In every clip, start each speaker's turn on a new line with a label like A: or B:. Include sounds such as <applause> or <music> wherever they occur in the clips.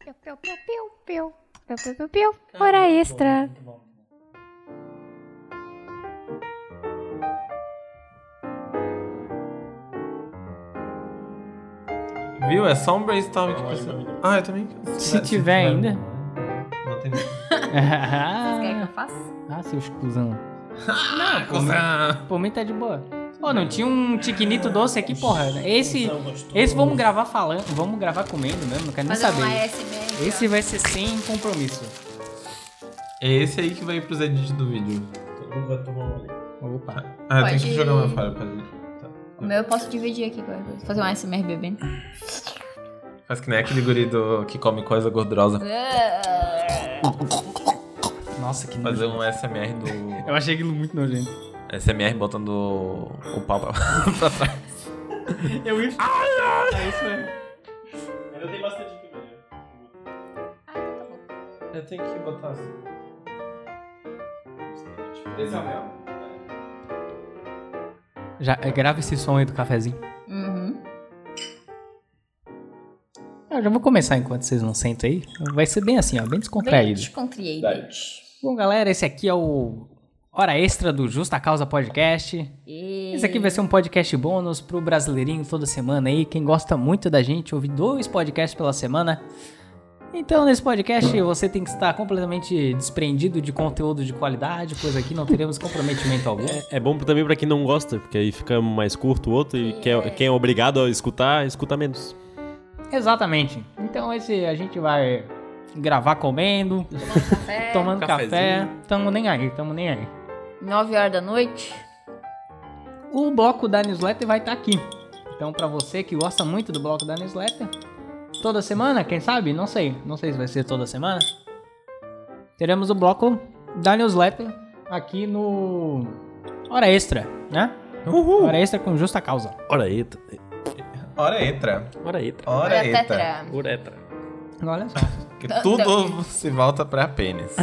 A: Piu, piu, piu, piu. Piu, piu, piu, piu. Hora extra.
B: Muito bom.
C: Viu? É só um brainstorm que
B: Olha,
C: precisa.
B: meu amigo.
C: Ah, eu também.
D: Se tiver ainda.
C: Não tem.
D: Ah,
A: Vocês querem
D: <laughs>
A: que eu faça?
D: ah, seu exclusão.
C: Ah, cuzão.
D: Por mim tá de boa. Ô, não tinha um tiquinito doce aqui, porra. Esse.
B: Então, gostoso.
D: Esse vamos gravar falando. Vamos gravar comendo mesmo, não quero nem
A: Fazer um
D: saber.
A: ASMR. ó.
D: Esse vai ser sem compromisso.
C: É esse aí que vai pros edits do vídeo.
B: Todo mundo vai tomar um ali.
D: Opa.
C: Ah, eu
A: Pode
C: tenho que jogar uma
A: ir.
C: fora pra gente. Tá.
A: O meu eu posso dividir aqui com as coisas. Fazer um ASMR bebendo.
C: Faz que nem aquele guri do- que come coisa gordurosa.
A: Ah,
D: Nossa, que
C: Fazer
D: nojo.
C: um SMR do.
D: Eu achei aquilo muito nojento.
C: SMR botando o pau pra, pra trás.
D: Eu ia. É isso mesmo.
B: Ainda tem bastante aqui, velho.
A: Ah, então tá bom.
C: Eu tenho que botar assim. Esse é o meu.
D: Já, é, grava esse som aí do cafezinho.
A: Uhum.
D: Eu já vou começar enquanto vocês não sentam aí. Vai ser bem assim, ó, bem
A: Bem
D: descontraído.
A: descontraído.
D: Bom, galera, esse aqui é o Hora Extra do Justa Causa Podcast.
A: E...
D: Esse aqui vai ser um podcast bônus pro brasileirinho toda semana aí. Quem gosta muito da gente ouve dois podcasts pela semana. Então, nesse podcast, você tem que estar completamente desprendido de conteúdo de qualidade, pois aqui não teremos comprometimento algum.
E: É bom também pra quem não gosta, porque aí fica mais curto o outro e quem é, quem é obrigado a escutar, escuta menos.
D: <laughs> Exatamente. Então, esse a gente vai gravar comendo,
F: É,
A: Café,
D: tomando café.
C: Cafezinho.
D: Tamo nem aí, tamo nem aí.
A: 9 horas da noite.
D: O bloco da newsletter vai estar aqui. Então, pra você que gosta muito do bloco da newsletter, toda semana, quem sabe? Não sei. Não sei se vai ser toda semana. Teremos o bloco da newsletter aqui no Hora Extra, né?
E: Uhul!
D: Hora Extra com justa causa.
E: Ora eita.
C: Hora entra.
E: Ora eita.
C: Hora
A: Olha a
C: entra.
A: tetra.
E: Uretra.
D: Olha só.
C: Que tudo se volta pra pênis.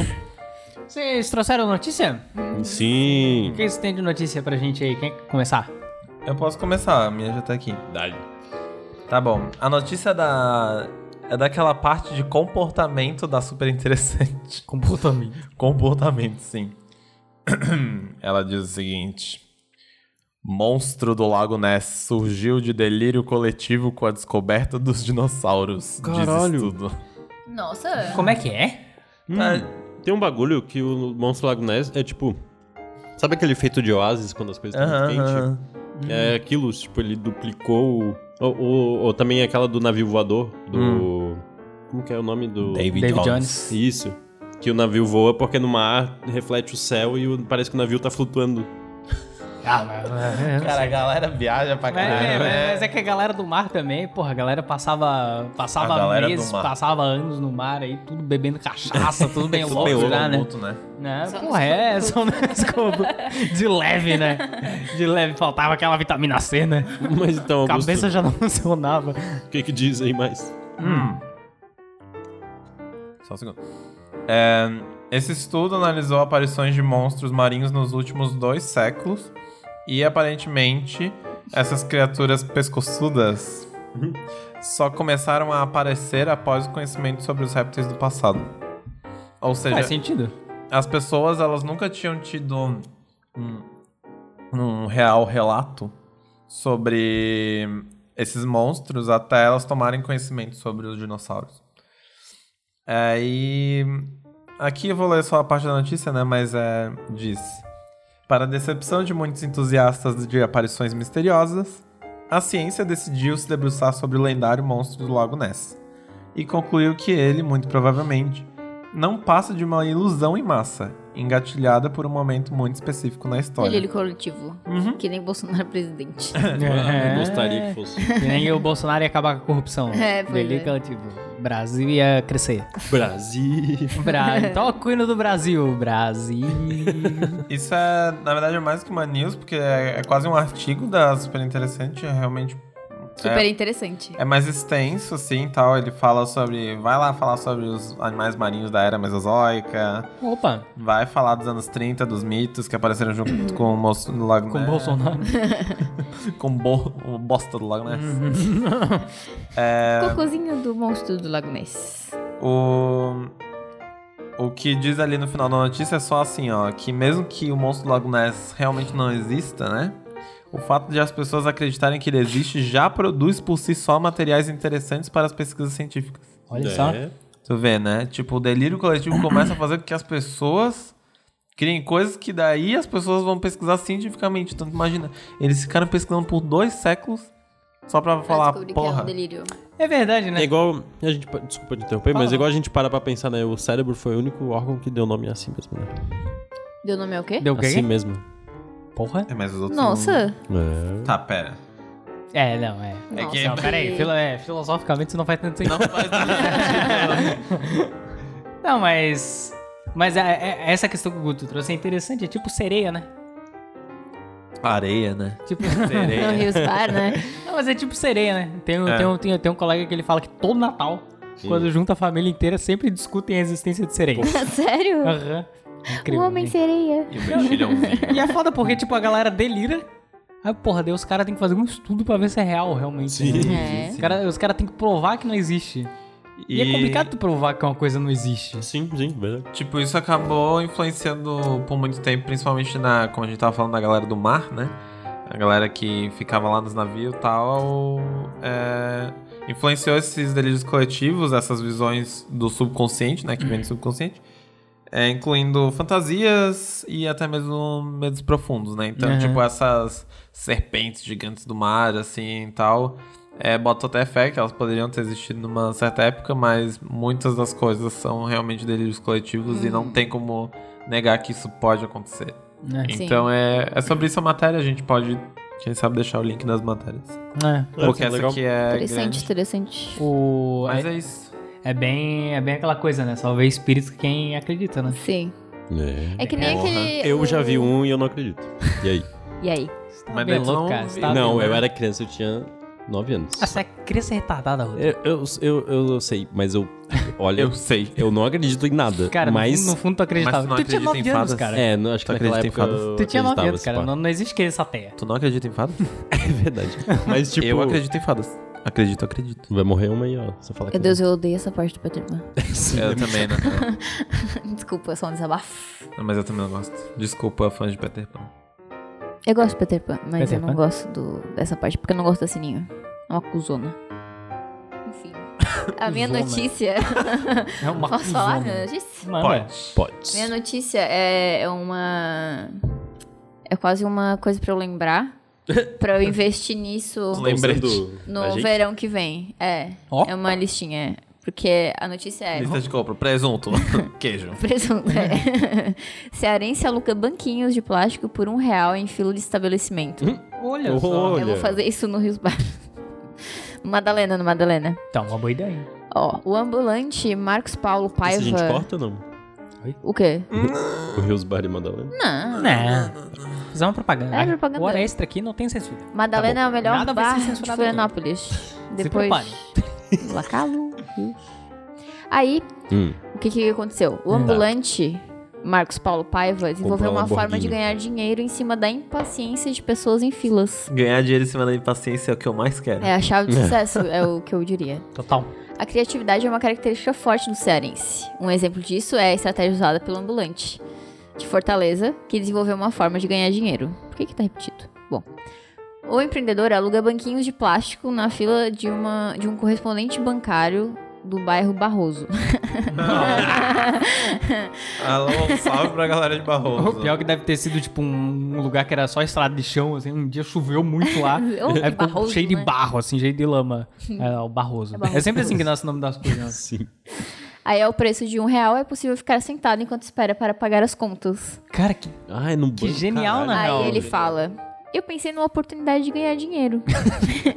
D: Vocês trouxeram notícia? O
E: Sim.
D: que vocês têm de notícia pra gente aí? Quem quer começar?
C: Eu posso começar, a minha já tá aqui.
E: Dale.
C: Tá bom. A notícia da. É daquela parte de comportamento da super interessante.
D: Comportamento.
C: Comportamento, sim. <clears throat> Ela diz o seguinte: Monstro do Lago Ness surgiu de delírio coletivo com a descoberta dos dinossauros.
E: Caralho.
C: Diz estudo.
A: Nossa.
D: Como é que é?
C: Tá,
E: Tem um bagulho que o Monstro Lago Ness é tipo. Sabe aquele efeito de oásis quando as coisas estão
C: aham,
E: muito quentes?
C: aham.
E: É aquilo, tipo, ele duplicou. o- Ou, ou- ou também aquela do navio voador, do. Como que é o nome do.
D: David Jones.
E: Isso. Que o navio voa porque no mar reflete o céu e o- parece que o navio tá flutuando. <laughs>
D: Ah, mas...
C: Cara, a galera viaja pra caralho.
D: É,
C: né?
D: mas é que a galera do mar também, porra, a galera passava, passava
C: A galera do
D: meses,
C: mar.
D: passava anos no mar aí, tudo bebendo cachaça, tudo
C: <laughs>
D: bem
C: Tudo
D: louco
C: bem
D: já, né?
C: louco, né?
D: né?
A: Só
D: Porra,
A: no
D: é, só <laughs> no escopo. De leve, né? De leve, faltava aquela vitamina C, né?
E: Mas então, Augusto,
D: Cabeça já não <laughs> funcionava.
E: o que que diz aí mais?
C: Hum. Só um segundo. É, esse estudo analisou aparições de monstros marinhos nos últimos dois séculos e aparentemente essas criaturas pescoçudas só começaram a aparecer após o conhecimento sobre os répteis do passado. Ou seja,
D: Faz sentido?
C: as pessoas elas nunca tinham tido um, um real relato sobre esses monstros até elas tomarem conhecimento sobre os dinossauros. Aí aqui eu vou ler só a parte da notícia, né? Mas é diz para a decepção de muitos entusiastas de aparições misteriosas, a ciência decidiu se debruçar sobre o lendário monstro do Lago Ness e concluiu que ele, muito provavelmente, não passa de uma ilusão em massa, engatilhada por um momento muito específico na história.
A: Delírio coletivo.
C: Uhum.
A: Que nem Bolsonaro é presidente.
E: Ah, eu gostaria que
D: <laughs>
E: fosse.
D: é. Que nem o Bolsonaro ia acabar com a corrupção.
A: É, pois
D: Dele
A: é.
D: que ela, tipo, Brasil ia crescer.
E: Brasil.
A: <laughs>
D: Bra... Toca o hino do Brasil.
C: <laughs>
D: Brasil.
C: Isso é, na verdade, é mais que uma news, porque é, é quase um artigo da Super Interessante, é realmente
A: Super interessante.
C: é mais extenso, assim, tal. Ele fala sobre, vai lá falar sobre os animais marinhos da era mesozoica,
D: Opa,
C: vai falar dos anos 30, dos mitos que apareceram junto com o moço do Lago né?
D: com o
C: Ness.
D: Bolsonaro.
C: Com bo- o né? Uhum. bosta do Lago Ness.
A: Cocôzinho do monstro do Lago Ness.
C: O... o que diz ali no final da notícia é só assim, ó, que mesmo que o monstro do Lago Ness realmente não exista, né? O fato de as pessoas acreditarem que ele existe já produz por si só materiais interessantes para as pesquisas científicas.
D: Olha só.
E: É.
C: Tu vê, né? Tipo, o delírio coletivo começa a fazer com que as pessoas criem coisas que daí as pessoas vão pesquisar cientificamente. Então, imagina, eles ficaram pesquisando por dois séculos só pra falar,
F: descobri que é
C: porra.
F: um delírio.
D: É verdade, né?
E: É igual. A gente, pa- desculpa te interromper, mas
D: Fala.
E: é igual a gente para pra pensar, né? O cérebro foi o único órgão que deu nome assim mesmo, né?
F: Deu nome ao quê?
D: Deu quem?
E: Assim mesmo.
D: Porra.
C: É, mas os outros
F: Nossa.
E: É.
C: não- Tá, pera.
D: É, não, é.
F: Nossa,
C: que-
D: Não, peraí, filo, é, filosoficamente isso não faz tanto sentido. Não faz
C: <laughs>
D: Não, mas. Mas é- é- essa questão que o Guto trouxe é interessante, é tipo sereia, né?
C: Areia, né?
D: Tipo.
F: Não,
C: Sereia.
F: rios par, né?
D: não, mas é tipo sereia, né? Tem, um-
C: É.
D: tem, um, tem, tem um colega que ele fala que todo Natal,
E: Sim.
D: quando junta a família inteira, sempre discutem a existência de sereia.
F: <laughs>
D: <laughs>
F: É, Sério?
D: Aham.
A: Um
D: Incrível.
A: homem
D: né?
A: sereia.
C: e o mexilhãozinho.
D: E é foda porque, tipo, a galera delira. Aí, porra, daí os caras têm que fazer um estudo pra ver se é real, realmente. né?
F: É.
D: Os caras os cara têm que provar que não existe. E... é complicado tu provar que uma coisa não existe.
E: Sim, sim, verdade.
C: Tipo, isso acabou influenciando por muito tempo, principalmente na, como a gente tava falando da galera do mar, né? A galera que ficava lá nos navios e tal. é, influenciou esses delírios coletivos, essas visões do subconsciente, né? Que vem do subconsciente. é, incluindo fantasias e até mesmo medos profundos, né? Então,
D: Uhum.
C: tipo, essas serpentes gigantes do mar, assim e tal. É, boto até fé que elas poderiam ter existido numa certa época, mas muitas das coisas são realmente delírios coletivos e
F: Hum.
C: não tem como negar que isso pode acontecer.
D: É.
F: Sim.
C: Então é, é sobre isso a matéria, a gente pode, quem sabe, deixar o link das matérias.
D: É.
C: Porque
E: É,
C: essa
E: legal.
C: aqui é.
F: Interessante,
C: grande,
F: interessante.
D: O...
C: Mas
D: É,
C: é isso.
D: é bem, é bem aquela coisa, né? Só vê espírito quem acredita, né?
F: Sim. É que nem
C: Porra.
F: aquele.
E: Eu já vi
F: o-
E: um e eu não acredito. E aí?
F: E aí?
D: Você tá
C: Mas
D: bem
C: daí tu
D: louco,
C: não
D: cara.
C: vi-
D: Você tá
E: não,
D: bem
E: eu
D: louco.
E: era criança, eu tinha 9 anos.
D: Ah, você é criança retardada, Ruth.
E: Eu, eu, eu, eu- eu sei, mas eu. Olha, eu,
C: sei.
E: não acredito em nada.
D: Cara, no
E: É, mas.
D: fundo- no fundo tu acreditava.
C: mas tu não
D: tu
C: acredita
D: tinha
C: em
D: 9 anos,
C: fadas?
D: cara.
E: É, não, acho que
C: Tu
E: naquela
C: acredita em
E: época.
C: fadas?
E: eu
D: Tu tinha 9
E: acreditava,
D: anos, cara.
E: pá.
D: Não, não existe criança ateia.
C: Tu não acredita em <laughs> fadas?
E: <laughs> É verdade. Mas tipo.
C: Eu acredito em fadas. Acredito, acredito.
E: Vai morrer uma aí, ó. Só falar que
F: Meu Deus, eu odeio essa parte do Peter Pan.
C: Eu também, né?
F: <laughs> Desculpa, é só um desabafo.
C: Não, Mas eu também não gosto. Desculpa, fãs de Peter Pan.
F: Eu gosto do Peter Pan, mas
D: Peter
F: eu não
D: Pan?
F: gosto do- dessa parte, porque eu não gosto da Sininho. É uma cuzona. Enfim. A minha
D: Cuzona.
F: notícia.
D: É uma
F: <laughs> Posso falar
D: cuzona.
F: minha notícia?
D: Manda.
E: Pode.
F: Minha notícia é é uma. É quase uma coisa pra eu lembrar.
D: <laughs>
F: pra eu investir nisso no verão que vem. É.
D: Ó.
F: É uma listinha. é. Porque a notícia é.
C: Lista de compra, presunto, <laughs> queijo.
F: <laughs> Presunto. é. <laughs> Cearense aluga banquinhos de plástico por um real em fila de estabelecimento.
E: Oh,
D: Olha só.
E: Olha.
F: Eu vou fazer isso no Rios Bar. <laughs> Madalena, no Madalena.
D: Tá, uma boa ideia. hein?
F: Ó, o ambulante Marcos Paulo
E: Isso a gente
F: Paiva.
E: corta ou não?
F: O quê?
D: Hum.
E: O Rios Bar e Madalena?
F: Não.
D: Não. Fazer uma propaganda.
F: É, propaganda.
D: Hora extra aqui não tem censura.
F: Madalena é o melhor
D: Nada vai
F: bar
D: ser
F: de
D: censurado
F: Florianópolis. Depois.
D: prepare.
F: Lacalu. Rios. Aí,
E: Hum.
F: o que, que aconteceu? O ambulante Marcos Paulo Paiva desenvolveu
E: um
F: uma forma de
E: Lamborghini.
F: ganhar dinheiro em cima da impaciência de pessoas em filas.
C: Ganhar dinheiro em cima da impaciência é o que eu mais quero.
F: É a chave de sucesso, é o que eu diria.
D: Total.
F: A criatividade é uma característica forte do cearense. Um exemplo disso é a estratégia usada pelo ambulante de Fortaleza, que desenvolveu uma forma de ganhar dinheiro. Por que que tá repetido? Bom, o empreendedor aluga banquinhos de plástico na fila de, uma, de um correspondente bancário do bairro Barroso.
C: Alô, um salve pra galera de
D: O
C: Barroso.
D: pior que deve ter sido, tipo, um um lugar que era só estrada de chão, assim, um dia choveu muito
F: <laughs>
D: lá.
F: <laughs> Ô, que
D: aí ficou
F: Barroso,
D: É cheio de
F: né?
D: barro, assim, cheio de lama. É, o Barroso.
F: É
D: É,
F: Barroso.
D: sempre assim que nasce o nome das coisas.
E: Sim.
F: Aí, ao preço de um real, é possível ficar sentado enquanto espera para pagar as contas.
D: Cara, que.
E: Ah, é no
D: Que
E: banco,
D: genial, né?
E: caralho.
F: Aí
D: real,
F: ele
D: né?
F: fala: Eu pensei numa oportunidade de ganhar dinheiro.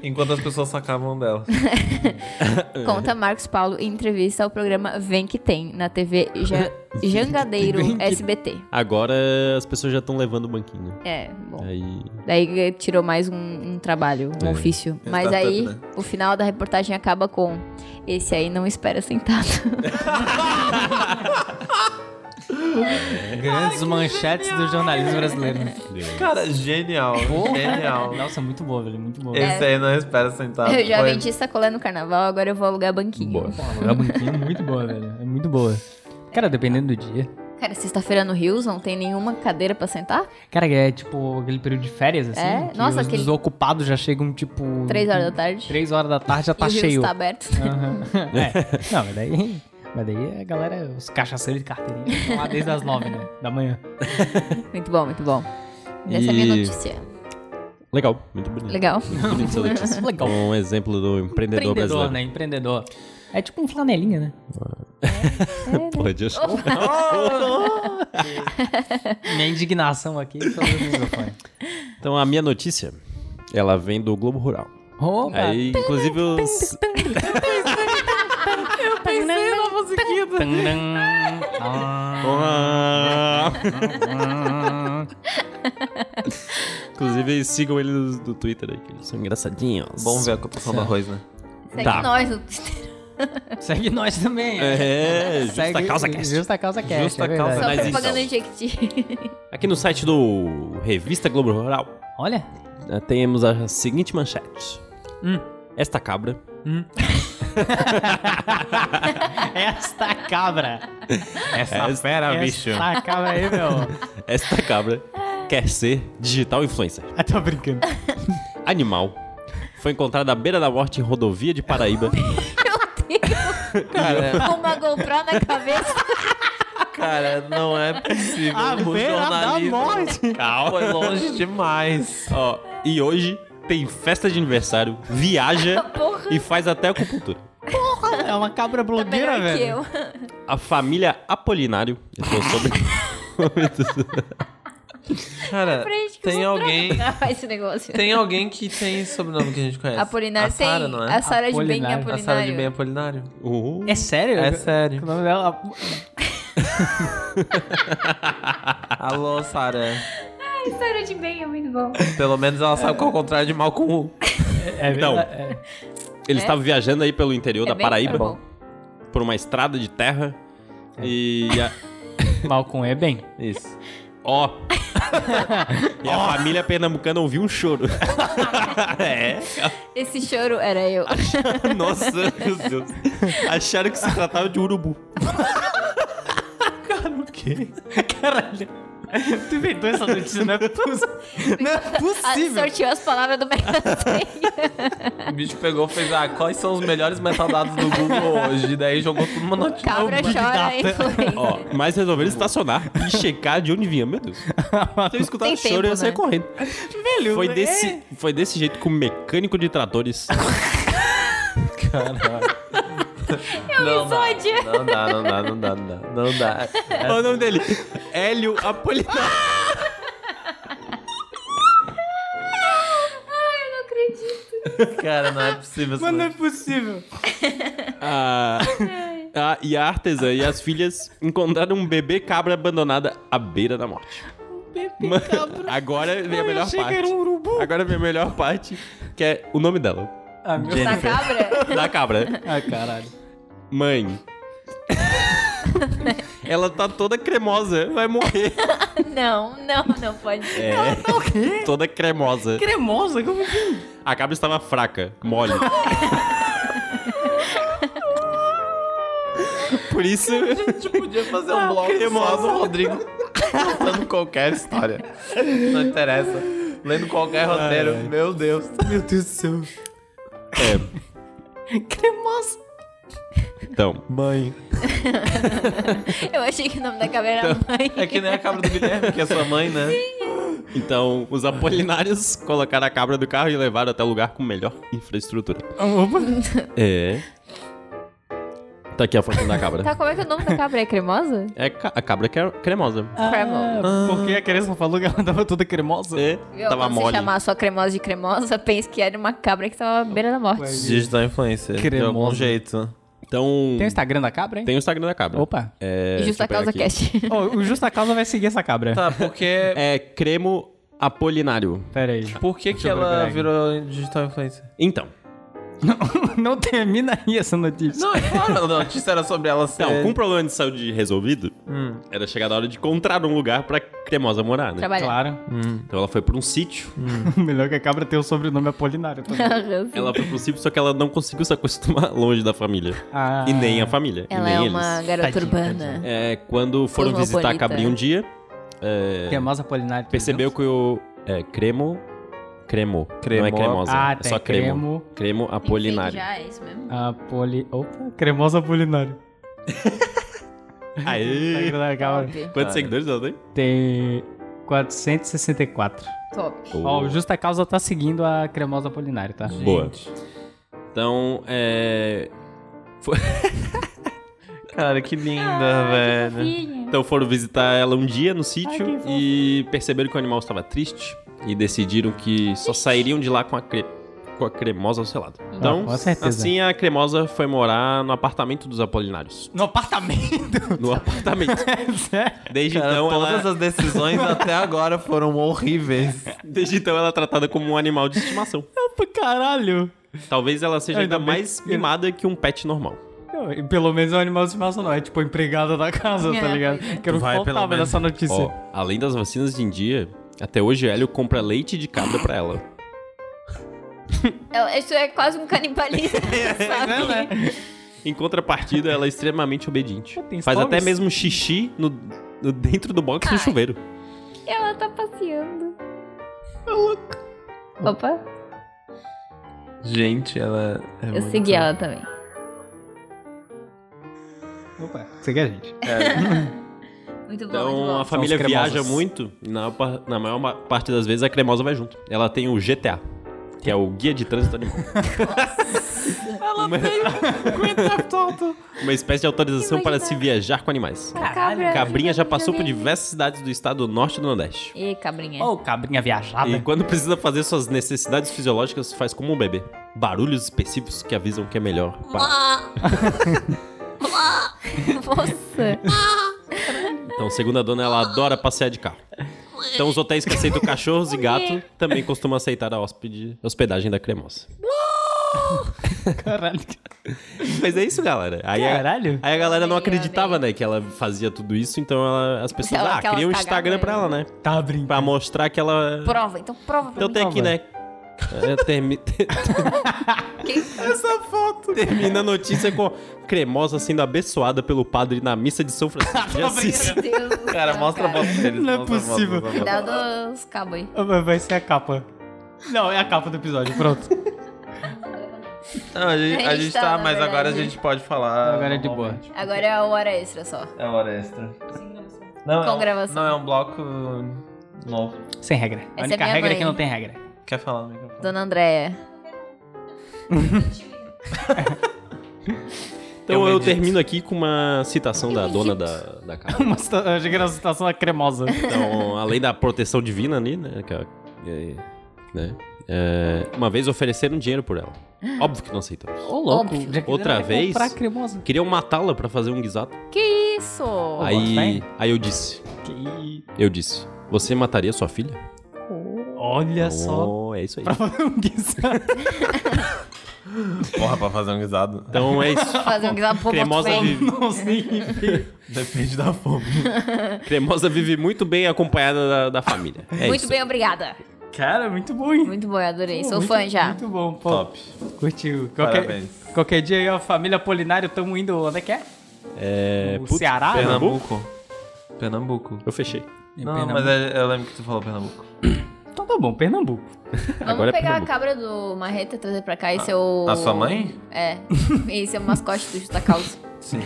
C: Enquanto as pessoas sacavam dela.
E: <laughs>
F: Conta Marcos Paulo em entrevista ao programa Vem Que Tem, na TV
E: <laughs>
F: Ja- Jangadeiro
E: Vem que-
F: SBT.
E: Agora as pessoas já estão levando o banquinho.
F: É, bom.
E: Aí.
F: Daí eh, tirou mais um, um trabalho, um
E: É.
F: ofício.
C: É
F: Mas
C: startup,
F: aí
C: né?
F: o final da reportagem acaba com: Esse aí não espera sentado.
D: Grandes manchetes do jornalismo brasileiro. né?
C: Cara, genial. Genial.
D: Nossa, muito boa, velho. Muito boa.
C: Esse aí não espera sentado.
F: <laughs> Eu já
C: Foi-
F: vendi sacolé no carnaval, agora eu vou alugar banquinho.
E: Ah, Boa.
D: Porra, a banquinha é muito boa, velho. É muito boa. Cara, dependendo do dia.
F: Cara, sexta-feira no Rios não tem nenhuma cadeira pra sentar?
D: Cara, é tipo aquele período de férias, assim.
F: É?
D: que
F: Nossa,
D: os
F: aquele-
D: desocupados já chegam, tipo.
F: Três horas da tarde.
D: Três horas da tarde já tá
F: e o Rios
D: cheio.
F: tá aberto.
D: Aham. É. Não, mas daí. Mas daí a galera, os cachaceiros de carteirinha, estão lá desde as nove, né? Da manhã.
F: <laughs> Muito bom, muito bom. Essa é a minha
E: E-
F: notícia.
E: Legal, muito bonito.
F: Legal.
E: Muito bonito essa
F: <laughs>
E: notícia.
D: Legal.
E: Um exemplo do empreendedor,
D: Empreendedor,
E: brasileiro.
D: né? Empreendedor. É tipo um flanelinha, né?
E: <laughs> Porra, de achar.
D: Minha indignação aqui é sobre o microfone.
E: Então, a minha notícia, ela vem do Globo Rural.
D: Opa!
E: Aí, inclusive, os...
D: Tandam. Ah, ah.
E: <laughs> inclusive, sigam eles do Twitter aí, que eles são engraçadinhos.
C: Bom ver a cotação do arroz, né?
F: Segue
E: Tá.
F: nós. no-
D: Segue nós também.
E: É,
D: Segue
E: justa causa cast.
D: Justa causa cast.
C: Justa
D: é verdade.
C: causa.
F: Só
E: Mas
F: propaganda
E: então.
F: injectiva.
E: Aqui no site do Revista Globo Rural,
D: Olha,
E: eh, temos a seguinte manchete.
D: Hum.
E: Esta cabra
D: esta cabra.
C: Essa fera,
D: Esta cabra aí, meu. <laughs>
E: Esta cabra quer ser digital influencer.
D: Ah, tô brincando.
E: Animal. Foi encontrada à beira da morte em rodovia de Paraíba.
C: <laughs> Cara,
F: Com uma GoPro na cabeça.
C: cara, não é possível.
D: A
C: O
D: beira da
C: jornalismo
D: um morte.
E: Calma.
C: Foi longe demais.
E: Ó, e hoje tem festa de aniversário, viaja
F: <laughs> Porra.
E: e faz até acupuntura.
D: É uma cabra
F: Tá
D: blogueira,
F: melhor que
D: velho.
F: eu. <laughs>
E: A família Apolinário. Esse é o sobrenome.
C: Cara,
F: Pra gente que
C: tem
F: eu sou
C: alguém.
F: droga, esse negócio.
C: Tem alguém que tem sobrenome que a gente conhece.
F: Apolinário
C: a Sara,
F: tem.
C: não é?
F: A Sara de Bem
D: Apolinário.
C: A Sara de Bem
F: Apolinário.
C: Apolinário.
E: <laughs> Uhul.
D: É sério?
C: É
D: O
C: sério.
D: nome dela.
C: Alô, Sara.
A: A história de bem é muito bom.
C: Pelo menos ela sabe qual é o contrário de mal com U.
D: É
E: Então.
D: verdade, é.
E: Ele estava viajando aí pelo interior
F: É
E: da
F: bem
E: Paraíba,
F: bom. É.
E: por uma estrada de terra. E a...
D: Malcolm é bem.
C: Isso.
F: <laughs>
E: Ó. e a família pernambucana ouviu um choro. <laughs> é.
F: Esse choro
C: <laughs>
F: era eu.
E: Nossa, meu Deus. Acharam que se tratava de
F: <laughs>
E: urubu.
D: Caralho. <laughs> Tu inventou essa notícia, <laughs> não é possível. Não é
F: Ah,
D: possível.
F: sorteou as palavras
C: <laughs>
F: do Mercado
C: O bicho pegou e fez, ah, quais são os melhores metadados do Google hoje? Daí jogou tudo numa notícia.
F: Cabra chora, influencer.
E: Ó, mas resolveram estacionar e checar de onde vinha, meu Deus. Se eu
F: Tem
E: escutasse
F: tempo,
E: choro, eu ia sair
F: né?
E: correndo. Velho, foi desse, foi desse jeito que o mecânico de tratores
C: Eu não, dá,
F: sódio.
C: não dá, não dá, não dá, não dá. Não dá.
E: Qual o nome dele? Hélio <laughs> Apolinário.
C: Cara, não é possível. essa notícia.
D: possível.
E: Ah, ah, e a artesã e as filhas encontraram um bebê cabra abandonada à beira da morte. Bebê cabra. Agora vem a melhor
D: achei que era
E: parte.
D: um urubu.
E: Agora vem a melhor parte, que é o nome dela.
D: Ah, meu...
F: Da Tá, cabra?
E: Da cabra.
D: ah caralho.
E: Mãe. Ela tá toda cremosa, vai morrer.
F: Não, não, não pode. ser.
E: É, <laughs> toda cremosa.
D: Cremosa, como assim?
E: A cabra estava fraca, mole. Por isso,
C: A gente podia fazer um bloco só do Rodrigo contando qualquer história. Não interessa. Lendo qualquer roteiro. Meu Deus. Meu Deus do céu.
E: é,
D: Cremosa.
E: então,
C: Mãe.
F: Eu achei que o nome da cabra era mãe.
C: É que nem a cabra do
D: <laughs>
C: Guilherme, que é sua mãe, né?
E: Então, os apolinários colocaram a cabra do carro e levaram até o lugar com melhor infraestrutura. É. Tá aqui a foto da cabra.
F: Tá, como é que é o nome da cabra é cremosa?
E: É ca- a cabra que é cremosa.
F: Cremosa.
D: Porque a criança falou que ela tava toda cremosa.
E: É,
F: Viu?
E: tava
F: Quando
E: mole.
F: você chamar a sua cremosa de cremosa, pense que era uma cabra que tava à beira da morte.
C: Digital influencer.
D: Cremosa.
C: De algum jeito.
E: Então,
D: Tem o Instagram da cabra, hein?
E: tem o Instagram da cabra.
D: Opa.
E: É, deixa
F: Justa
E: eu pegar
F: causa
E: aqui.
F: cast. <laughs>
D: Ó, o Justa Causa vai seguir essa cabra.
C: Tá, porque.
E: É cremo apolinário.
D: Pera aí.
C: Por que, que
D: eu
C: ela
D: procurar aqui.
C: virou digital influencer?
E: Então,
D: Não, <laughs> não termina aí essa notícia.
C: Não, é claro, a notícia era sobre ela ser...
D: é.
E: Então, com o problema de saúde resolvido, era chegar a hora de encontrar um lugar pra cremosa morar, né?
F: Trabalhar. <laughs>
D: Claro.
E: Então ela foi pra um sítio.
D: Melhor que a cabra ter o sobrenome Apolinário também.
E: Ela foi pro sítio, só que ela não conseguiu se acostumar <laughs> longe da família.
D: <laughs> Ah.
E: E nem a família. e
F: Ela
E: nem
F: é
E: eles.
F: uma garota
D: Tadinha,
F: urbana.
E: É, quando foram visitar a
F: Cosmopolita.
E: cabrinha um dia, é,
D: Cremosa Apolinário.
E: percebeu que o. É, cremo. Cremo. Não é
C: Cremo.
E: cremosa.
D: Ah,
E: é
D: tem
E: só cremo.
D: cremo.
E: Cremo apolinário.
F: já é isso mesmo.
D: Apoli... Opa, cremosa Tá Apolinário.
E: Aê!
D: Instagram da cabra.
F: Top.
E: Quantos seguidores ela tem?
D: Tem 464.
F: Top.
D: Ó, o Justa Causa tá seguindo a cremosa Apolinário, tá?
E: Boa. Então, é.
C: Cara, Ah, que linda, velho.
E: Então foram visitar ela um dia no sítio
A: Ai, que fofo.
E: e perceberam que o animal estava triste e decidiram que só sairiam de lá com a, cre... com a cremosa ao seu lado. Então,
D: com certeza.
E: assim a cremosa foi morar no apartamento
D: <laughs>
E: dos Apolinários.
D: No apartamento? <laughs> é
E: No apartamento.
D: Sério?
E: Desde
C: Cara,
E: então,
C: todas
E: ela...
C: as decisões até agora foram horríveis.
E: Desde então ela é tratada como um animal de estimação.
D: Opa, Caralho.
E: Talvez ela seja
D: Ainda
E: ainda
D: bem
E: mais
D: que-
E: mimada que um pet normal.
D: Não, e pelo menos é um animal de estimação, não. É tipo a empregada da casa,
F: É,
D: tá ligado?
F: pois é.
D: Que eu não
C: Vai, pelo
D: faltava
C: menos.
D: nessa notícia.
E: Ó, além das vacinas de em dia, até hoje Hélio compra leite de cabra pra ela.
F: É, Isso é quase um canibalismo, sabe?
D: Não, né?
E: Em contrapartida, ela é extremamente obediente.
D: Tem
E: Faz
D: fomes?
E: até mesmo xixi no, no- dentro do box do
F: Ai.
E: chuveiro.
F: Ela tá passeando. Opa,
C: Gente, ela. É
F: eu
C: muito-
F: segui ela também.
D: Opa, segue a gente.
F: <laughs> Muito bom, muito
E: Então
F: bom.
E: a família
D: São as
E: viaja
D: cremosas.
E: muito. e Na, pa- na maior ma- parte das vezes a cremosa vai junto. Ela tem o GTA, que é o Guia de Trânsito Animal. ela tem um Uma espécie de autorização para se viajar com animais.
F: Cabra,
E: Cabrinha já passou por diversas cidades do estado do norte e do nordeste.
F: Ê, cabrinha.
D: Ô, cabrinha viajada.
E: E quando precisa fazer suas necessidades fisiológicas, faz como um bebê. Barulhos específicos que avisam que é melhor. parar.
F: Nossa.
E: Então, segundo a dona, ela adora passear de carro. Então, os hotéis
D: <laughs>
E: que aceitam cachorros e gato também costumam aceitar a hóspede, hospedagem da cremosa.
D: Caralho.
E: Mas é isso, galera. Aí a,
D: Caralho.
E: aí a galera não acreditava, né, que ela fazia tudo isso, então ela- as pessoas,
F: Ela-
E: ah,
F: aquela
E: cria um
F: cagada,
E: Instagram pra ela, né?
D: Tá brincando.
E: Pra mostrar que ela...
F: Prova, então prova pra
E: Então tem
D: não,
E: aqui, né? É, termi- <laughs>
F: Quem-
E: Essa foto. Termina a notícia com cremosa sendo abençoada pelo padre na missa de
D: <laughs>
E: São Francisco de Assis.
F: Meu Deus do
C: Cara,
F: céu,
C: mostra a
F: cara.
C: foto deles.
D: Não é
C: mostra a foto,
D: possível.
C: mostra a foto.
F: Cuidado os cabos aí.
D: Ah, mas Vai ser a capa. Não, é a capa do episódio, pronto.
C: Não, a gente, a gente
F: tá,
C: tá,
F: na
C: mas agora a
F: verdade.
C: gente pode falar.
D: Agora é de boa.
C: normalmente.
F: Agora é a hora extra só.
C: É hora extra. Não,
F: Com
C: é um-
F: gravação.
C: Não, é um bloco novo.
D: Sem regra.
F: é
D: a única
F: minha
D: regra é
F: mãe.
D: que não tem regra. <laughs>
C: Quer falar no microfone?
F: Dona Andréia.
E: Então eu termino aqui com uma citação da dona da, da casa.
D: Uma cita- eu achei que era uma situação cremosa.
E: Então, além da proteção divina ali, né? que ela- é, né, é, uma vez ofereceram dinheiro por ela. Óbvio que não aceitamos.
D: Ô, louco.
F: Óbvio.
D: já quiseram
E: Outra
D: até
E: vez?
D: comprar a cremosa.
E: Queriam matá-la pra fazer um guisado.
F: Que isso?
D: boto fé.
E: Aí, aí eu disse,
D: Que-
E: eu disse, você mataria sua filha?
D: Olha só.
E: Oh, é isso aí.
D: Pra fazer um guisado.
C: Porra, pra fazer um <laughs> guisado.
E: Então
D: <laughs>
E: é isso.
F: Fazer um guisado pro
E: Cremosa
F: Boto Fé.
E: vive,
D: Não significa.
C: Depende da fome.
E: cremosa vive muito bem acompanhada da, da família. É
F: Muito
E: isso.
F: bem, obrigada.
D: <laughs> Cara, muito bom, hein?
F: Muito bom, eu adorei. Sou
D: Muito-
F: fã já.
D: Muito bom, pô.
C: Top.
D: Curtiu. Qualquer,
C: Parabéns.
D: qualquer dia eu e a família Polinário estamos indo. Onde é que é?
E: É,
D: O
E: putz,
D: Ceará?
C: Pernambuco? Pernambuco.
E: Eu fechei.
C: não, mas é- eu lembro que tu falou Pernambuco.
D: Então tá bom, Pernambuco.
F: Vamos
E: Agora é Ah,
F: pegar a
E: Pernambuco.
F: cabra do Marreta, trazer pra cá e ser o...
C: A sua mãe?
F: É. E ser o mascote do Justa
E: <laughs>
F: Causa.
C: Sim.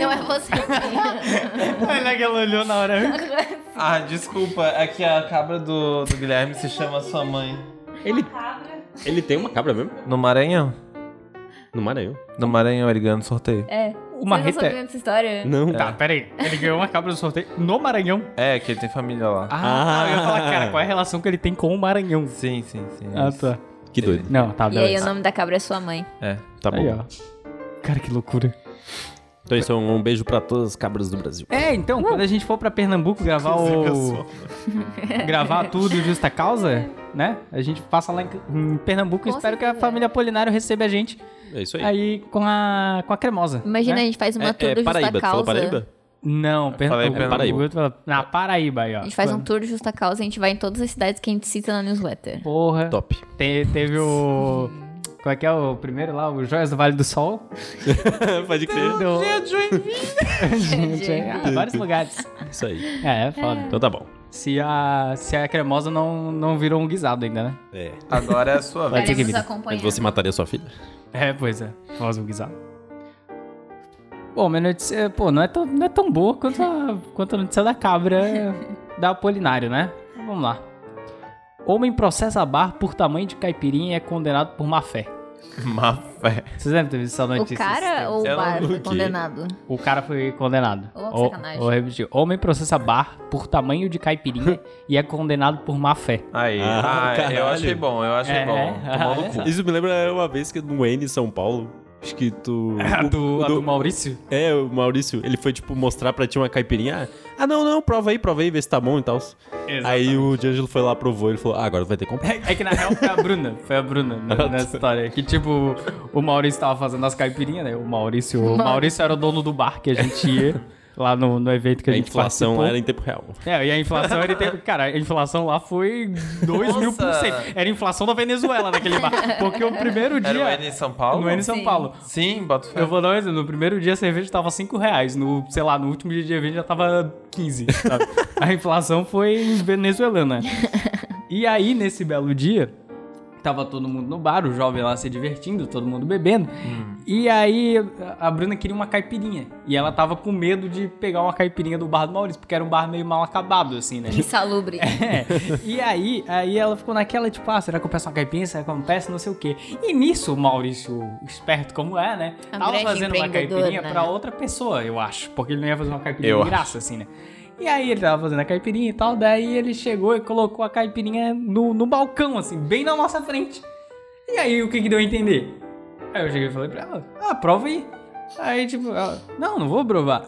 F: Não é você.
D: <laughs> Olha que ela olhou na hora.
C: <laughs> Ah, desculpa, é que a cabra do, do Guilherme se chama sua mãe.
E: Ele tem uma cabra mesmo?
C: No Maranhão?
E: No é Maranhão.
C: No Maranhão, ele ganha no sorteio.
F: É.
D: O
F: Vocês não
D: Marreta.
F: sabiam dessa história?
E: Não.
D: Tá, pera aí. Ele ganhou uma cabra do sorteio no Maranhão.
C: É, que ele tem família lá.
D: Ah,
E: Ah.
D: tá. Eu ia falar, cara, qual é a relação que ele tem com o Maranhão?
C: Sim, sim, sim.
D: Ah,
C: isso.
D: tá.
E: Que doido.
D: Não, tá,
F: E aí o
D: beleza.
F: nome da cabra é sua mãe.
C: É.
E: Tá bom.
D: Aí, ó. Cara, que loucura.
E: Então isso é um, um beijo pra todas as cabras do Brasil.
D: É, <laughs> então, quando a gente for pra Pernambuco gravar o. gravar tudo Justa Causa, né? A gente passa lá em, em Pernambuco e
F: Com
D: espero que a
F: certeza.
D: família Polinário receba a gente
E: É isso aí.
D: aí com a, com a cremosa.
F: Imagina,
D: né?
F: a gente faz
E: É-
F: uma tour
E: é
F: do Justa
E: Paraíba, tu falou
F: Causa.
E: Paraíba?
D: Não,
C: Falei
D: Pernambuco.
E: Pernambuco.
D: Eu tava- Na Paraíba aí, ó.
F: A gente
E: Ah,
F: faz um tour do Justa Causa e a gente vai em todas as cidades que a gente cita na newsletter.
D: Porra.
E: Top.
D: Te- teve o. Qual é que é o primeiro lá? O Joias do Vale do Sol.
E: Pode crer.
D: Do... Gente, é, <laughs> ah, vários lugares.
E: Isso aí.
D: É, é foda.
E: Então tá bom.
D: Se a, se a cremosa não, não virou um guisado ainda, né?
E: É.
C: Agora é a sua
D: Vai
C: vez.
D: ter que
F: Queremos
D: vir.
E: Mas
F: acompanhar.
E: você mataria sua filha?
D: É, pois é. Faz um guisado. Bom, minha notícia, pô, não é tão, não é tão boa quanto a, quanto a notícia da
F: <laughs>
D: cabra da Apolinário, né? Vamos lá. Homem processa bar por tamanho de caipirinha e é condenado por má fé.
C: Má fé.
D: Vocês devem ter visto essa
F: O
D: notícia.
F: cara ou o
E: Eu não
F: bar foi
E: julguei. <laughs>
F: condenado?
D: O cara foi condenado.
F: Ô,
D: Ou-
F: sacanagem.
D: ou repetir. Homem processa bar por tamanho de
F: <laughs>
D: caipirinha e é condenado por má fé.
C: Aí,
E: Ah,
C: ah,
E: caralho.
C: eu achei bom, eu achei
D: É,
C: bom. Tomou
D: olha
C: no cu.
D: só.
E: Isso me lembra é, uma vez que no N em São Paulo. Acho que tu.
D: A
E: o-
D: do,
E: o
D: a do Maurício?
E: É, o Maurício, ele foi, tipo, mostrar pra ti uma caipirinha. Ah, não, não, prova aí, prova aí, vê se tá bom e tal. Aí o D'Angelo foi lá, provou, ele falou, ah, agora vai ter que comprar.
D: É que na real foi a Bruna, foi a Bruna n- nessa história. Que tipo, o Maurício tava fazendo as caipirinhas, né? O Maurício, o Maurício era o dono do bar que a gente ia lá no, no evento que a,
E: A
D: gente
E: inflação
D: participou.
E: lá era em tempo real.
D: É, e a inflação ele teve. Cara, a inflação lá foi 2 mil por
C: Nossa!
D: cento. Era a inflação da Venezuela naquele bar. Porque o
C: Era
D: primeiro
C: o
D: dia.
C: N em São Paulo?
D: no N São
F: Sim.
D: Paulo.
C: Sim, bota fé.
D: Eu vou dar um exemplo. No primeiro dia a cerveja tava 5 reais. No, sei lá, no último dia de evento já tava 15, sabe? a inflação foi venezuelana. E aí, nesse belo dia, tava todo mundo no bar, o jovem lá se divertindo, todo mundo bebendo. E aí, a Bruna queria uma caipirinha. E ela tava com medo de pegar uma caipirinha do bar do Maurício, porque era um bar meio mal acabado, assim,
F: <laughs>
D: né?
F: Insalubre.
D: É. <laughs> E aí, aí ela ficou naquela, tipo, ah, será que eu peço uma caipinha? Será que eu não peço? Não sei o quê. E nisso, o Maurício, esperto como é, né?
F: Um
D: tava
F: grande
D: fazendo uma
F: empreendedor,
D: caipirinha
F: né?
D: pra outra pessoa, eu acho. Porque ele não ia fazer uma caipirinha
C: Eu
D: de graça, assim, né? E aí ele tava fazendo a caipirinha e tal, daí ele chegou e colocou a caipirinha no, no balcão, assim, bem na nossa frente. E aí o que que deu a entender? Aí eu cheguei e falei pra ela, ah, prova aí. Aí, tipo, ela, não, não vou provar.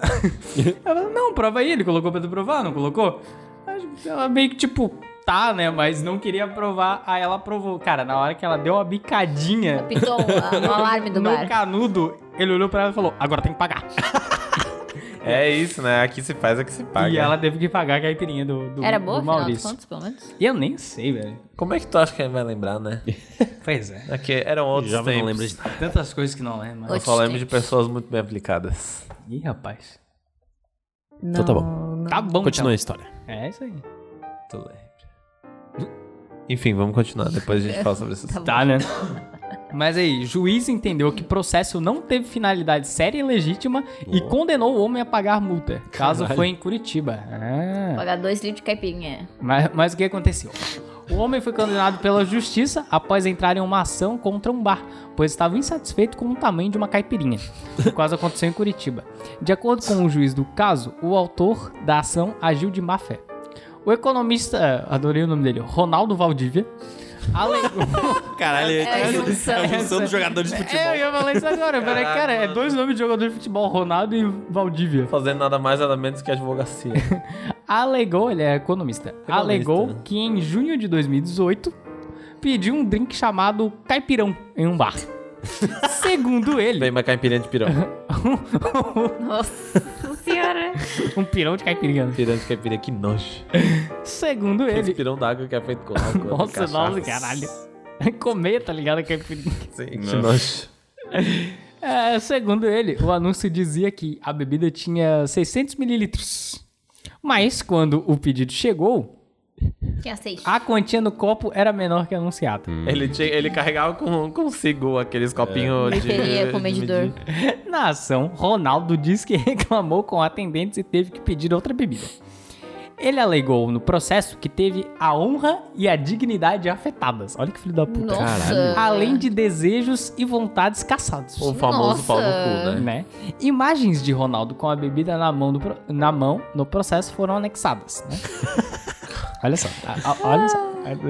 D: ela falou, não, prova aí. Ele colocou pra tu provar, não colocou? Aí, tipo, Ela meio que, tipo, tá, né? Mas não queria provar. Aí ela provou. Cara, na hora que ela deu uma bicadinha
F: Pitou a- o alarme do
D: no
F: bar.
D: canudo, ele olhou pra ela e falou, agora tem que pagar.
C: É isso, né? Aqui se faz, aqui se paga.
D: E ela teve que pagar a caipirinha do, do,
F: Era
D: do
F: boa, afinal de
D: Maurício.
F: contas, pelo menos?
D: E eu nem sei, velho.
C: Como é que tu acha que ele vai lembrar,
E: <laughs>
C: né?
D: Pois é.
C: É que eram outros
E: Jovem não
C: tempos.
E: lembra de nada.
D: Tantas coisas que não lembro.
F: Oi.
C: Eu só lembro de pessoas muito bem aplicadas.
D: Ih, rapaz.
F: Não,
E: tá bom.
F: não.
D: Tá bom,
E: Continua a história.
D: então. É isso aí.
C: Tu lembra. Enfim, vamos continuar. Depois a gente fala sobre isso.
F: Tá bom.
D: <laughs> Tá, né? <coughs> Mas aí, juiz entendeu que processo não teve finalidade séria e legítima e condenou o homem a pagar multa. Caso
E: Caralho.
D: foi em Curitiba. Ah,
F: Pagar dois litros de caipirinha.
D: mas, mas o que aconteceu? O homem foi condenado pela justiça após entrar em uma ação contra um bar, pois estava insatisfeito com o tamanho de uma caipirinha. O caso aconteceu em Curitiba. De acordo com o juiz do caso, o autor da ação agiu de má fé. O economista, eh, adorei o nome dele, Ronaldo Valdívia, alegou. <laughs>
E: Caralho, é,
F: a junção.
E: a junção dos jogadores de
D: É, eu
E: futebol.
D: ia falar isso <laughs> agora. Peraí,
C: Caraca,
D: cara, é
C: mano.
D: dois nomes de jogador de futebol, Ronaldo e Valdívia.
C: Fazendo nada mais, nada menos que
D: <laughs>
C: advocacia.
D: Alegou, ele é economista, né? alegou que em junho de 2018 pediu um drink chamado caipirão em um <laughs> bar. Segundo
C: Bem,
D: ele,
C: uma caipirinha de
D: <laughs>
C: pirão.
F: Nossa senhora.
D: um pirão de caipirinha. né?
C: Pirão de caipirinha, que nojo.
D: Segundo
C: Esse
D: ele,
C: pirão d'água que é feito com álcool.
D: nossa,
C: cachaça.
D: nossa, caralho. <laughs> Comer, tá ligado? Caipirinha.
C: Sim, que nojo.
D: É, segundo ele, o anúncio dizia que a bebida tinha 600 mililitros. Mas quando o pedido chegou,
F: Tinha seis.
D: A quantia no copo era menor que anunciado.
C: Ele, tinha- ele carregava com,
G: um
C: consigo aqueles copinhos
F: É.
C: de.
F: Bateria com
C: de
F: medidor.
C: medir.
D: Na ação, Ronaldo diz que <laughs> reclamou com atendentes e teve que pedir outra bebida. Ele alegou no processo que teve a honra e a dignidade afetadas. Olha que filho da puta.
F: Nossa.
D: Além de desejos e vontades caçados.
C: O famoso
F: Nossa.
C: pau no cu, né?
D: né? Imagens de Ronaldo com a bebida na mão, do pro- na mão no processo foram anexadas.
C: <laughs>
D: né? olha só, a- a- olha só,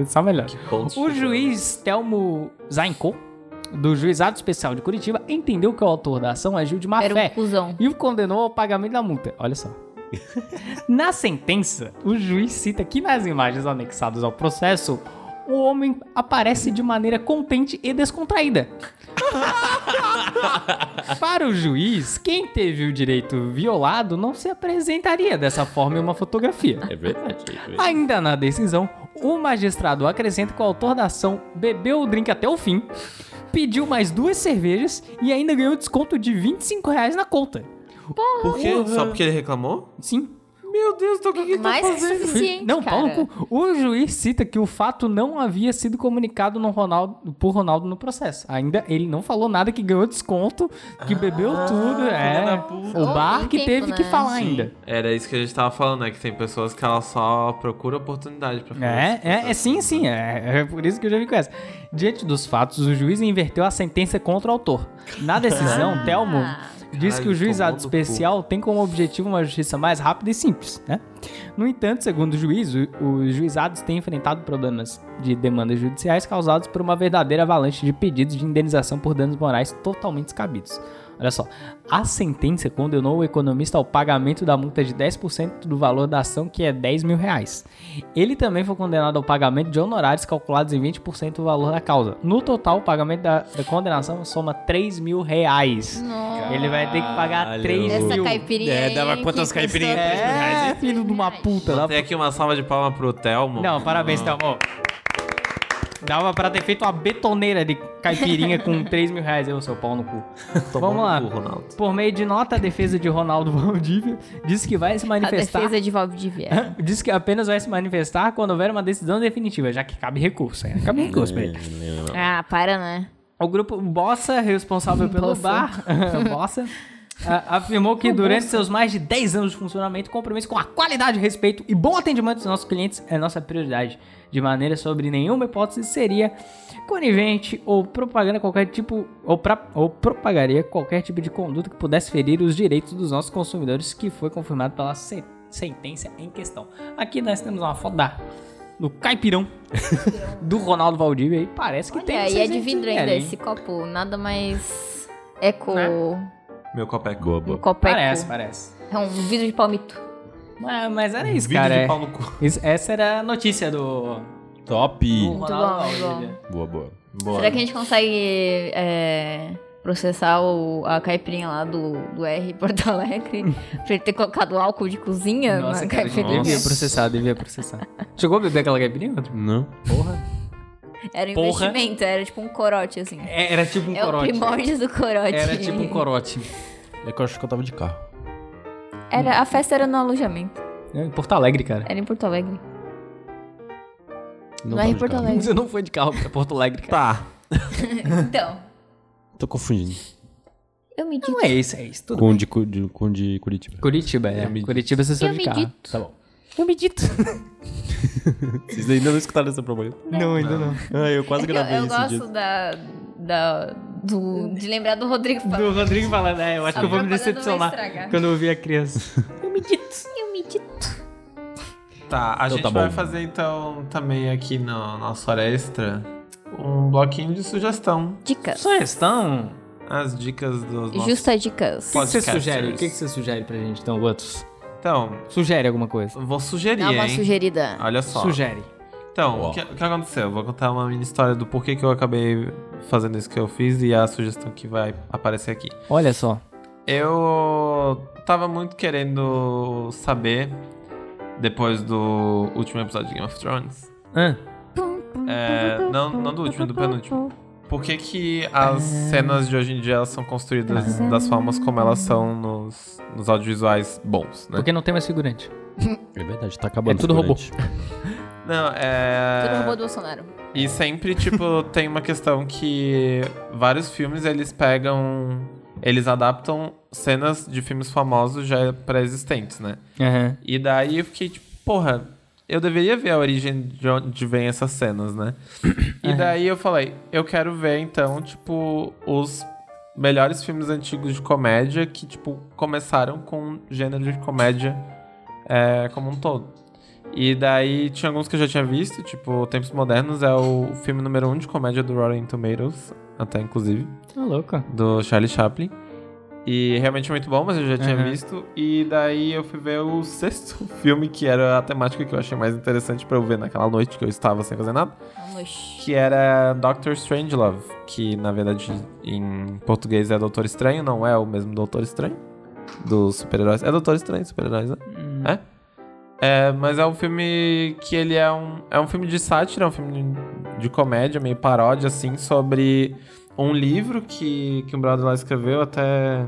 D: é só melhor.
C: ponto
D: O
C: chegou,
D: juiz Telmo Zainco, do Juizado Especial de Curitiba, entendeu que o autor da ação agiu de má
F: Era
D: fé
F: um cuzão.
D: e o condenou ao pagamento da multa. Olha <laughs> só. Na sentença, o juiz cita que nas imagens anexadas ao processo, o homem aparece de maneira contente e descontraída. <laughs> Para o juiz, quem teve o direito violado não se apresentaria dessa forma em uma fotografia.
E: É verdade. é verdade.
D: Ainda na decisão, o magistrado acrescenta que o autor da ação bebeu o drink até o fim, pediu mais duas cervejas e ainda ganhou desconto de 25 reais na conta.
G: Por quê? Só porque ele reclamou?
D: Sim.
G: Meu Deus, então o que que ele tá
F: Mais que
G: fazendo?
F: suficiente,
D: não,
F: cara.
D: Paulo, o juiz cita que o fato não havia sido comunicado no Ronaldo, por Ronaldo no processo. Ainda ele não falou nada que ganhou desconto, que bebeu tudo. É, o
F: Só
D: bar
F: tem
D: que
F: tempo,
D: teve que
F: né?
D: falar
F: Sim.
D: ainda.
G: Era isso que a gente tava falando, né? Que tem pessoas que ela só procura oportunidade pra fazer.
D: É,
G: isso.
D: é, é sim, sim, é, é por isso que eu já vim com essa. Diante dos fatos, o juiz inverteu a sentença contra o autor. Na decisão,
F: Ah. tá
D: Telmo diz que o
G: Caralho,
D: juizado
G: tomou no cu.
D: especial tem como objetivo uma justiça mais rápida e simples, né? No entanto, segundo o juiz, o- os juizados têm enfrentado problemas de demandas judiciais causados por uma verdadeira avalanche de pedidos de indenização por danos morais totalmente descabidos. Olha só, a sentença é condenou o economista ao pagamento da multa de 10% do valor da ação, que é 10 mil reais. Ele também foi condenado ao pagamento de honorários calculados em 20% do valor da causa. No total, o pagamento da, da condenação soma 3 mil reais.
F: Nossa.
D: Ele vai ter que pagar
E: Caralho.
D: 3
E: Essa
D: mil.
F: Essa caipirinha.
E: É, dava
F: aí
E: quantas
F: que
E: caipirinhas?
F: custou
E: Três mil
D: É, filho de uma puta. dá
G: Tem aqui uma salva de palmas pro Telmo.
D: não, parabéns, Thelmo. Dava pra ter feito uma betoneira de caipirinha com 3 mil reais. Eu, seu pau no cu.
G: Tomou
D: Vamos
G: no
D: lá.
G: cu, Ronaldo.
D: Por meio de nota, a defesa de Ronaldo <laughs> Valdívia disse que vai se
F: A
D: manifestar.
F: defesa de Valdivia.
D: <laughs> Diz que apenas vai se manifestar quando houver uma decisão definitiva, já que cabe recurso. É, cabe recurso pra ele.
F: Ah, para, né?
D: O grupo Bossa, responsável pelo
F: Bossa.
D: bar, <laughs> Bossa, a- afirmou que durante seus mais de 10 anos de funcionamento, o compromisso com a qualidade, respeito e bom atendimento dos nossos clientes é nossa prioridade. De maneira sobre nenhuma hipótese seria conivente ou propaganda qualquer tipo ou, pra- ou propagaria qualquer tipo de conduta que pudesse ferir os direitos dos nossos consumidores, que foi confirmado pela se- sentença em questão. Aqui nós temos uma foto da do
F: <laughs>
D: caipirão do Ronaldo Valdívia e parece que tem
F: Olha, e é
D: 600
F: de vidro ainda
D: ml, hein?
F: esse copo. Nada mais eco.
D: Né?
G: Meu é copeco.
E: Boa,
F: Um
E: boa.
F: copo
D: Parece,
F: eco.
D: parece.
F: É um vidro de palmito.
D: Mas, mas era isso,
G: Vídeo
D: cara.
G: de
D: é.
G: pau no cu.
D: Isso- essa era a notícia do,
E: Top.
D: do
F: Muito
D: Ronaldo
F: bom, muito
D: Valdívia.
E: Boa, boa.
G: Boa.
F: Será que a gente consegue é, processar o- a caipirinha lá do, do R Porto <laughs> Alegre? pra ele ter colocado álcool de cozinha
D: Nossa,
F: na
D: cara,
F: caipirinha?
D: devia processar, devia processar. Chegou a beber aquela caipirinha?
E: Não.
D: Porra.
F: Era um
D: Porra.
F: investimento, era tipo um corote, assim.
D: É, era tipo um
F: é o
D: corote.
F: primórdio do corote.
D: Era tipo um corote.
E: É que eu acho que eu tava de carro.
F: Era- a festa era no alojamento.
D: É, Em Porto Alegre, cara.
F: Era em Porto Alegre.
E: Não tá
F: no R
E: tava de
F: Porto
E: carro.
F: Alegre.
D: Você não foi de carro pra Porto Alegre, cara.
G: Tá.
F: <laughs> Então,
E: Tô confundindo.
F: eu me
D: Não é isso, é isso. Tudo.
E: Com o de, Cu- de- com o de Curitiba.
D: Curitiba, é. Curitiba você saiu
F: Eu
D: de
F: me
D: carro.
F: dito.
D: Tá bom. Eu me dito.
E: Vocês ainda não escutaram essa propaganda?
D: Não, ainda não.
E: <laughs> Ah, eu quase
F: Eu,
E: gravei
F: eu
E: esse
F: gosto
E: dia.
F: da, da, do, de lembrar do Rodrigo
D: Do
F: falando.
D: Rodrigo falando, é, eu acho
F: A
D: que eu vou me
F: propaganda vai
D: decepcionar
F: estragar.
D: quando eu vi a criança. Eu me dito.
F: Eu me dito.
C: Tá, a
E: Então
C: gente
E: tá
C: vai
E: bom.
C: fazer então também aqui na nossa hora extra um bloquinho de sugestão.
F: Dicas.
D: Sugestão?
C: As dicas dos nossos...
F: Justa dicas.
D: O que que você
C: Podcasters.
D: sugere? O que que você sugere pra gente, então, Gutos?
C: Então,
D: Sugere alguma coisa.
C: vou sugerir,
F: Dá uma
C: hein?
F: sugerida.
D: Ah.
C: Olha só.
D: Sugere.
C: Então,
E: Ó.
C: o que, o que aconteceu? Eu vou contar uma mini história do porquê que eu acabei fazendo isso que eu fiz e a sugestão que vai aparecer aqui.
D: Olha só.
C: Eu tava muito querendo saber, depois do último episódio de Game of Thrones,
D: Hã?
C: é, não, não do último, do penúltimo, por que que as cenas de hoje em dia elas são construídas das formas como elas são nos, nos audiovisuais bons, né?
D: Porque não tem mais figurante.
E: É verdade, tá acabando.
D: É tudo robô.
E: segurante.
C: Não, é...
F: Tudo robô do Bolsonaro.
C: E sempre, tipo, tem uma questão que vários filmes eles pegam. Eles adaptam cenas de filmes famosos já pré-existentes, né?
D: Aham.
C: E daí eu fiquei tipo, porra, eu deveria ver a origem de onde vem essas cenas, né? E daí eu falei, eu quero ver então, tipo, os melhores filmes antigos de comédia que, tipo, começaram com gênero de comédia é, como um todo. E daí tinha alguns que eu já tinha visto, tipo, Tempos Modernos é o filme número um de comédia do Rotten Tomatoes, até inclusive
D: Tá louco.
C: do Charlie Chaplin. E é realmente muito bom, mas eu já tinha
D: Aham.
C: visto. E daí eu fui ver o <laughs> sexto filme, que era a temática que eu achei mais interessante pra eu ver naquela noite que eu estava sem fazer nada.
F: Uma Oxi.
C: que era Doctor Strangelove, que na verdade em português é Doutor Estranho, não é o mesmo Doutor Estranho dos super-heróis. É Doutor Estranho, super-heróis, né? É? É, mas é um filme que ele é um, é um filme de sátira, é um filme de comédia, meio paródia, assim, sobre um livro que, que um brother lá escreveu, até...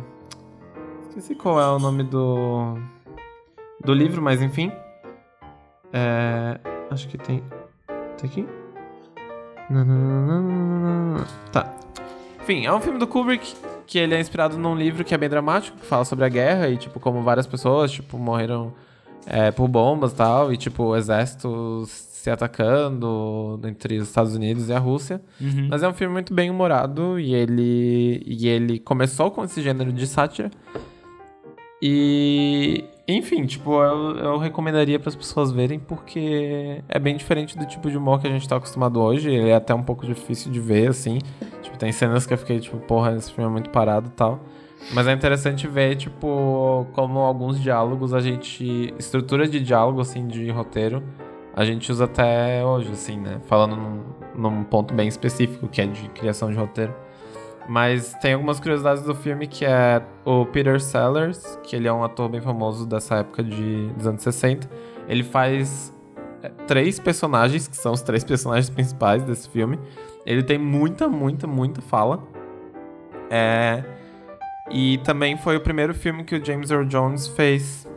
C: Esqueci qual é o nome do, do livro, mas enfim. É, acho que tem... Tem aqui? Nananana. Tá. Enfim, é um filme do Kubrick que ele é inspirado num livro que é bem dramático, que fala sobre a guerra e, tipo, como várias pessoas, tipo, morreram é, por bombas e tal, e, tipo, o exército se atacando entre os Estados Unidos e a Rússia.
D: Uhum.
C: Mas é um filme muito bem humorado e ele, e ele começou com esse gênero de sátira. E, enfim, tipo, eu, eu recomendaria para as pessoas verem porque é bem diferente do tipo de humor que a gente tá acostumado hoje. Ele é até um pouco difícil de ver, assim. Tipo, tem cenas que eu fiquei, tipo, porra, esse filme é muito parado e tal. Mas é interessante ver, tipo, como alguns diálogos a gente. Estrutura de diálogo, assim, de roteiro, a gente usa até hoje, assim, né? Falando num, num ponto bem específico, que é de criação de roteiro. Mas tem algumas curiosidades do filme que é o Peter Sellers, que ele é um ator bem famoso dessa época de, dos anos 60. Ele faz é, três personagens, que são os três personagens principais desse filme. Ele tem muita, muita, muita fala. É, e também foi o primeiro filme que o James Earl Jones fez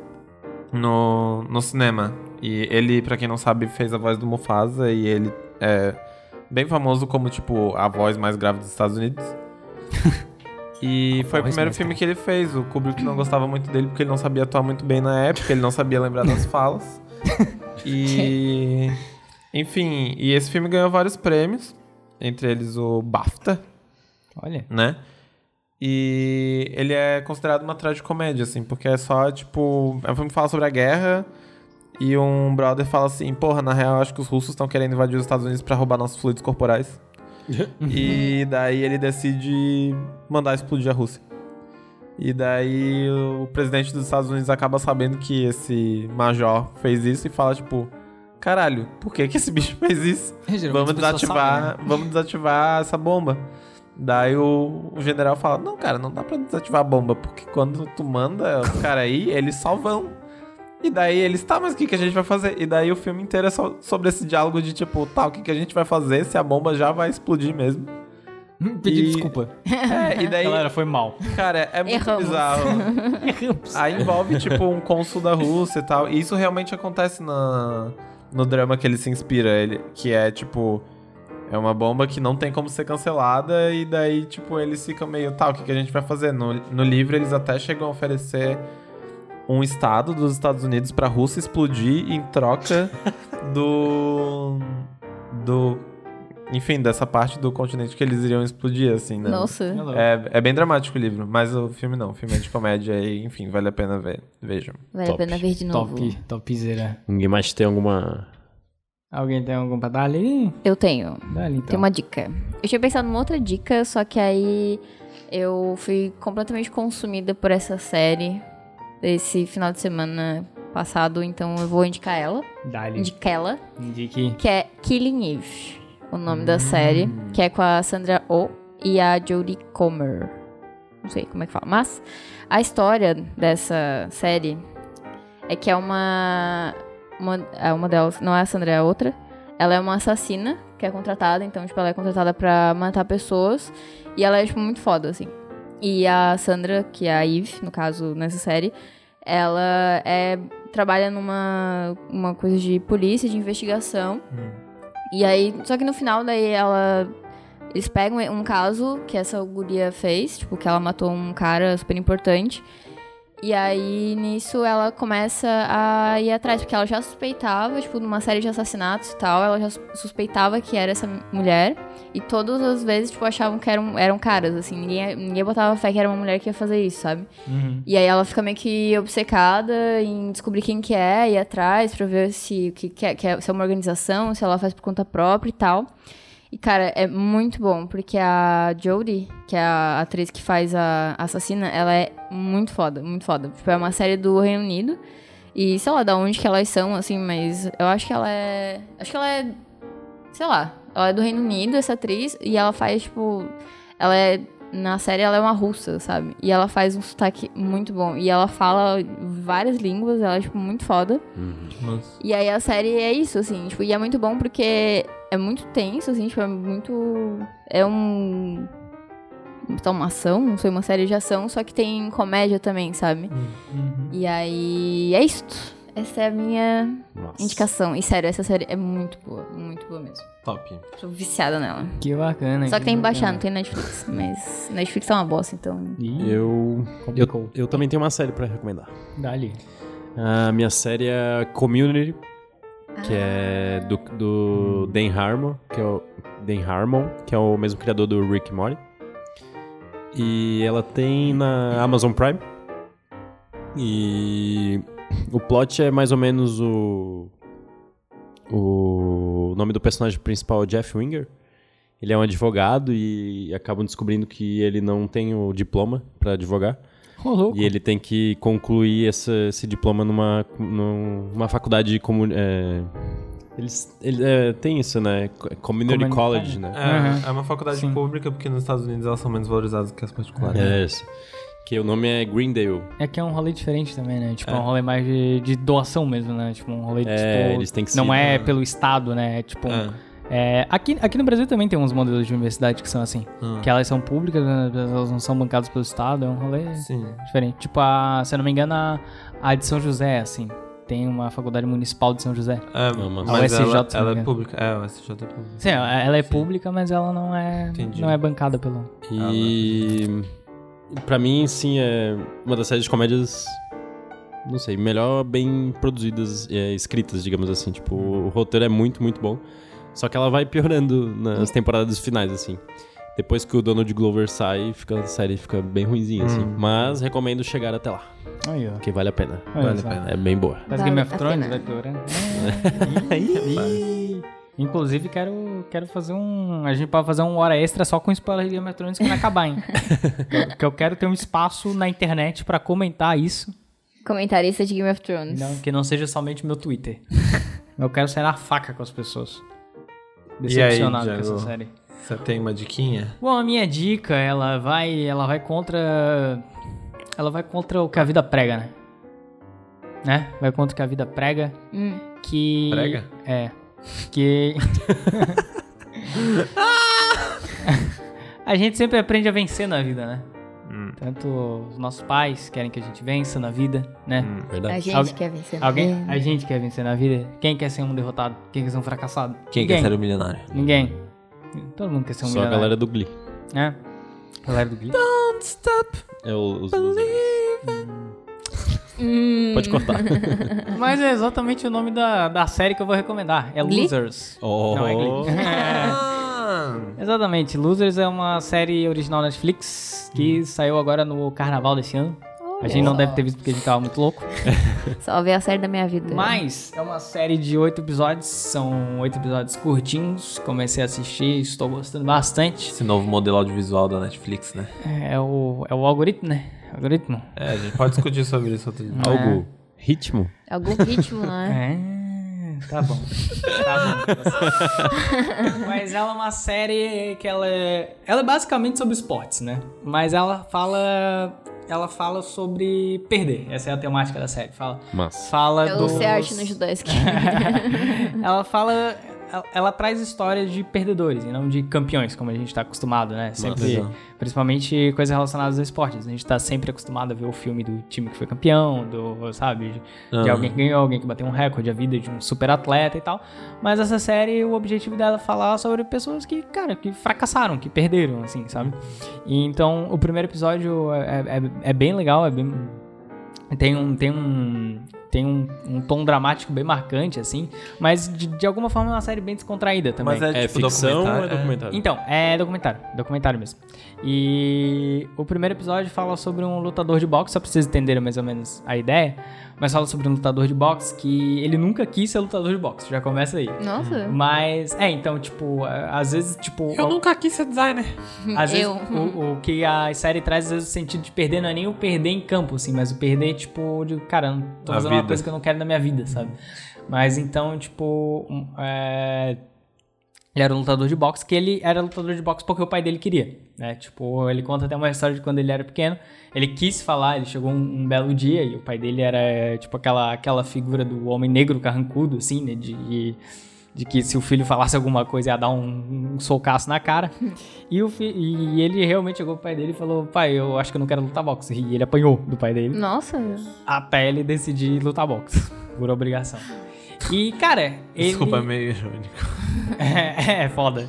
C: no, no cinema. E ele, pra quem não sabe, fez a voz do Mufasa e ele é bem famoso como, tipo, a voz mais grave dos Estados Unidos.
D: <laughs>
C: E foi o
D: voz
C: primeiro
D: mais
C: filme que ele fez. O Kubrick não gostava muito dele porque ele não sabia atuar muito bem na época, ele não sabia lembrar das
D: <laughs>
C: falas. E. Enfim, e esse filme ganhou vários prêmios, entre eles o BAFTA,
D: Olha.
C: né? E ele é considerado uma tragicomédia, assim, porque é só, tipo, é um filme que fala sobre a guerra e um brother fala assim, porra, na real, acho que os russos estão querendo invadir os Estados Unidos pra roubar nossos fluidos corporais.
E: <laughs>
C: e daí ele decide mandar explodir a Rússia. E daí o presidente dos Estados Unidos acaba sabendo que esse major fez isso e fala, tipo, caralho, por que que esse bicho fez isso?
D: Geralmente
C: vamos
D: as pessoas
C: desativar,
D: sabem, né?
C: vamos desativar essa bomba. Daí o, o general fala: "Não, cara, não dá pra desativar a bomba, porque quando tu manda os cara aí, eles só vão". E daí eles, tá, mas o que, que a gente vai fazer? E daí o filme inteiro é só sobre esse diálogo de tipo, tá, o que, que a gente vai fazer se a bomba já vai explodir mesmo?
D: Hum, Pedi
C: E-
D: desculpa.
C: É, e daí,
D: Galera, foi mal.
C: cara, é muito
F: Erramos.
C: bizarro. Aí envolve, tipo, um cônsul da Rússia e tal. E isso realmente acontece na, no drama que ele se inspira. Ele, que é, tipo, é uma bomba que não tem como ser cancelada. E daí, tipo, eles ficam meio, tá, o que, que a gente vai fazer? No, no livro, eles até chegam a oferecer um estado dos Estados Unidos pra Rússia explodir em troca do... do... Enfim, dessa parte do continente que eles iriam explodir, assim, né?
F: Nossa.
D: Hello.
C: É, é bem dramático o livro, mas o filme não. O filme é de comédia e, enfim, vale a pena ver. Vejam.
F: Vale
E: Top.
F: a pena ver de novo.
D: Top, topzera.
E: Ninguém mais tem alguma.
D: Alguém tem algum pra dar ali?
F: Eu tenho.
D: Dá ali então.
F: Tem uma dica. Eu tinha pensado numa outra dica, só que aí eu fui completamente consumida por essa série esse final de semana passado, então eu vou indicar ela.
D: Dá ali.
F: Indicar ela,
D: Indique.
F: que é Killing Eve, o nome da série, que é com a Sandra Oh e a Jodie Comer. Não sei como é que fala, mas a história dessa série é que é uma uma, é uma delas, não é a Sandra, é a outra. Ela é uma assassina que é contratada, então, tipo, ela é contratada pra matar pessoas. E ela é, tipo, muito foda, assim. E a Sandra, que é a Eve, no caso, nessa série, ela é, trabalha numa uma coisa de polícia, de investigação. E aí, só que no final, daí ela. Eles pegam um caso que essa guria fez, tipo, que ela matou um cara super importante. E aí, nisso, ela começa a ir atrás, porque ela já suspeitava, tipo, numa série de assassinatos e tal, ela já sus- suspeitava que era essa mulher. E todas as vezes, tipo, achavam que eram, eram caras, assim, ninguém, ninguém botava fé que era uma mulher que ia fazer isso, sabe?
D: Uhum.
F: E aí ela fica meio que obcecada em descobrir quem que é, ir atrás pra ver se, o que, que é, que é- se é uma organização, se ela faz por conta própria e tal. E, cara, é muito bom, porque a Jodie, que é a atriz que faz a assassina, ela é muito foda, muito foda. Tipo, é uma série do Reino Unido. E sei lá da onde que elas são, assim, mas eu acho que ela é. Acho que ela é. Sei lá. Ela é do Reino Unido, essa atriz, e ela faz, tipo. Ela é. Na série ela é uma russa, sabe? E ela faz um sotaque muito bom. E ela fala várias línguas, ela é, tipo, muito foda.
G: Nossa.
F: E aí a série é isso, assim, tipo, e é muito bom porque é muito tenso, assim, tipo, é muito. É um. Então, uma ação, não sei, uma série de ação, só que tem comédia também, sabe?
D: uhum.
F: E aí. É isto. Essa é a minha
E: Nossa.
F: indicação. E sério, essa série é muito boa, muito boa mesmo.
G: Top.
F: Tô viciada nela.
D: Que bacana.
F: Só que tem que baixar,
D: bacana.
F: não tem Netflix. Mas Netflix é uma bosta, então.
D: Ih,
E: Eu, eu.
D: complicou.
E: Eu também tenho uma série pra recomendar.
D: Dali.
E: A minha série é Community, que é do, do Dan Harmon, que é o Dan Harmon, que é o mesmo criador do Rick and Morty. E ela tem na Amazon Prime. E o plot é mais ou menos o o nome do personagem principal é Jeff Winger. Ele é um advogado e acabam descobrindo que ele não tem o diploma pra advogar.
D: Ô, louco.
E: E ele tem que concluir essa- esse diploma numa, numa faculdade de comun... é, eles, ele, é, tem isso, né? Co- Community
D: Comunitário.
E: College, né?
G: É,
D: Aham.
G: é uma faculdade
D: Sim.
G: pública, porque nos Estados Unidos elas são menos valorizadas que as particulares.
E: É isso. Que o nome é Greendale.
D: É que é um rolê diferente também, né? Tipo, é um rolê mais de, de doação mesmo, né? Tipo, um rolê de,
E: É,
D: tipo,
E: eles têm que
D: Não
E: se-
D: é pelo Estado, né? É tipo... um- é, aqui, aqui no Brasil também tem uns modelos de universidade que são assim.
E: Ah.
G: Hum.
D: Que elas são públicas, né? elas não são bancadas pelo Estado. É um rolê
G: Sim.
D: diferente. Tipo, a, se eu não me engano, a, a de São José, assim. Tem uma faculdade municipal de São José.
G: É,
E: Não, mas-
G: mas
D: A USJ,
G: ela,
D: se não
G: ela
D: me
G: é
D: engano.
G: pública. É, o SJ é pública.
D: Sim, ela ela é pública, mas ela não é,
G: Entendi.
D: não é bancada pelo...
E: E pra mim, sim, é uma das séries de comédias, não sei, melhor bem produzidas, é, escritas, digamos assim. Tipo, o roteiro é muito, muito bom. Só que ela vai piorando
D: Hum.
E: nas temporadas finais, assim. Depois que o Donald Glover sai, fica, a série fica bem ruimzinha, assim.
D: Hum.
E: Mas recomendo chegar até lá,
D: Aí, ó.
E: porque vale a pena.
D: Olha só. Tá
E: É
D: <laughs>
E: bem boa.
D: Mas
F: Vale
D: Game of
F: a
D: Thrones
F: pena.
D: vai piorando.
E: É.
D: Inclusive, quero, quero fazer um. A gente pode fazer uma hora extra só com spoiler de Game of Thrones quando acabar, <laughs> hein? Porque eu quero ter um espaço na internet pra comentar isso,
F: Comentarista de Game of Thrones.
D: não- que não seja somente meu Twitter. <laughs> eu quero sair na faca com as pessoas.
G: aí,
D: Decepcionado com essa
G: Diego?
D: série.
G: Você tem uma diquinha?
D: Bom, a minha dica, ela vai. Ela vai contra. Ela vai contra o que a vida prega, né? Né? Vai contra o que a vida prega. Que.
G: Prega?
D: É. Que. <laughs> a gente sempre aprende a vencer na vida, né? Tanto os nossos pais querem que a gente vença na vida, né?
F: A
E: Verdade.
F: gente
D: Alguém-
F: quer vencer.
D: Alguém, a gente quer vencer na vida. Quem quer ser um derrotado? Quem quer ser um fracassado?
G: Quem
D: Ninguém.
G: quer ser o milionário?
D: Ninguém. Todo mundo quer ser um
E: Só a
D: milionário.
E: galera do Glee.
D: Né? Galera do Glee.
E: É o- os- os- Pode cortar.
D: Hum. Mas é exatamente o nome da, da série que eu vou recomendar. É
F: Glee?
D: Losers.
E: <laughs> Oh.
D: Não, é Glee.
G: Ah,
D: Exatamente. Losers é uma série original da Netflix que saiu agora no carnaval desse ano. A gente não deve ter visto porque a gente tava muito louco.
F: Só ver a série da minha vida.
D: Mas é uma série de oito episódios. São oito episódios curtinhos. Comecei a assistir, estou gostando bastante.
G: esse novo modelo audiovisual da Netflix, né?
D: É o, é o algoritmo, né? Algoritmo.
G: É, a gente pode discutir sobre isso outro dia.
E: Algo. Né? Ritmo?
F: Algum ritmo,
D: <laughs>
F: né?
D: É, tá bom. tá bom. Mas ela é uma série que ela é, ela é basicamente sobre esportes, né? Mas ela fala ela fala sobre perder. Essa é a temática da série. Fala
E: Mas.
D: fala
F: É o
D: dos...
F: Search no Judaísmo.
D: <laughs> ela fala ela, ela traz histórias de perdedores e não de campeões, como a gente tá acostumado, né? Sempre,
G: legal.
D: principalmente coisas relacionadas a esportes. A gente tá sempre acostumado a ver o filme do time que foi campeão, do, sabe, de- de
G: Aham.
D: alguém que ganhou, alguém que bateu um recorde, a vida de um super atleta e tal. Mas essa série, o objetivo dela é falar sobre pessoas que, cara, que fracassaram, que perderam, assim, sabe? E então, o primeiro episódio é, é- é bem legal, é bem... Tem um... Tem um tem um, um tom dramático bem marcante, assim, mas de, de alguma forma é uma série bem descontraída também.
G: Mas é,
E: É
G: tipo
E: ficção ou é
G: documentário?
E: documentário?
D: Então, é documentário, documentário mesmo. E o primeiro episódio fala sobre um lutador de boxe, só pra vocês entenderem mais ou menos a ideia, mas fala sobre um lutador de boxe que ele nunca quis ser lutador de boxe, já começa aí.
F: Nossa.
D: Mas, é, então, tipo, a- às vezes, tipo...
G: Eu nunca quis ser designer.
D: Às vezes,
F: Eu.
D: o, o que a série traz, às vezes, o sentido de perder não é nem o perder em campo, assim, mas o perder, tipo, de, cara, eu não tô
G: Na
D: fazendo uma
G: vida.
D: coisa que eu não quero na minha vida, sabe? Mas então, tipo, um, é, Ele era um lutador de boxe, que ele era lutador de boxe porque o pai dele queria, né? Tipo, ele conta até uma história de quando ele era pequeno. Ele quis falar, ele chegou um, um belo dia e o pai dele era, é, tipo, aquela, aquela figura do homem negro carrancudo, assim, né? De, de, de que se o filho falasse alguma coisa ia dar um, um socaço na cara. E, o fi- e ele realmente chegou pro pai dele e falou: Pai, eu acho que eu não quero lutar boxe. E ele apanhou do pai dele
F: Nossa.
D: a pele decidir lutar boxe, por obrigação. E, cara, ele.
G: Desculpa, é meio irônico.
D: <laughs> é, é foda.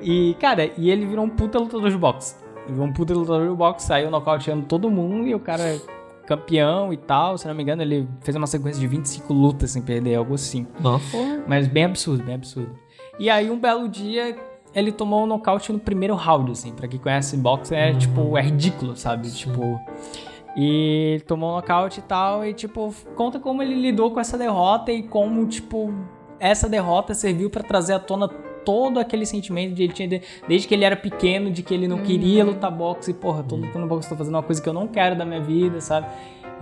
D: E, cara, e ele virou um puta lutador de boxe. Ele virou um puta lutador de boxe, saiu nocauteando todo mundo e o cara é campeão e tal. Se não me engano, ele fez uma sequência de 25 lutas sem perder, algo assim.
G: Nossa.
D: Mas bem absurdo, bem absurdo. E aí, um belo dia, ele tomou um nocaute no primeiro round, assim. Pra quem conhece boxe, é tipo, é ridículo, sabe? Tipo. E ele tomou um nocaute e tal. E, tipo, conta como ele lidou com essa derrota e como, tipo, essa derrota serviu pra trazer à tona todo aquele sentimento de ele tinha de- desde que ele era pequeno de que ele não queria lutar boxe e porra, tô lutando boxe, tô fazendo uma coisa que eu não quero da minha vida, sabe?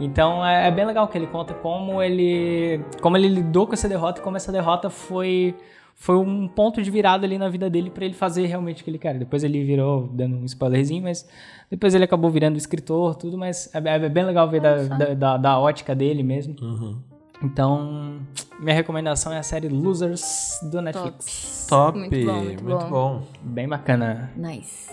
D: Então é, é bem legal que ele conta como ele como ele lidou com essa derrota e como essa derrota foi foi um ponto de virada ali na vida dele pra ele fazer realmente o que ele quer. Depois ele virou dando um spoilerzinho, mas depois ele acabou virando escritor, tudo, mas é, é bem legal ver da, da, da- da ótica dele mesmo.
G: Uhum.
D: Então, minha recomendação é a série Losers do Netflix.
G: Top.
F: Muito bom, muito
G: muito bom.
D: Bem bacana.
F: Nice.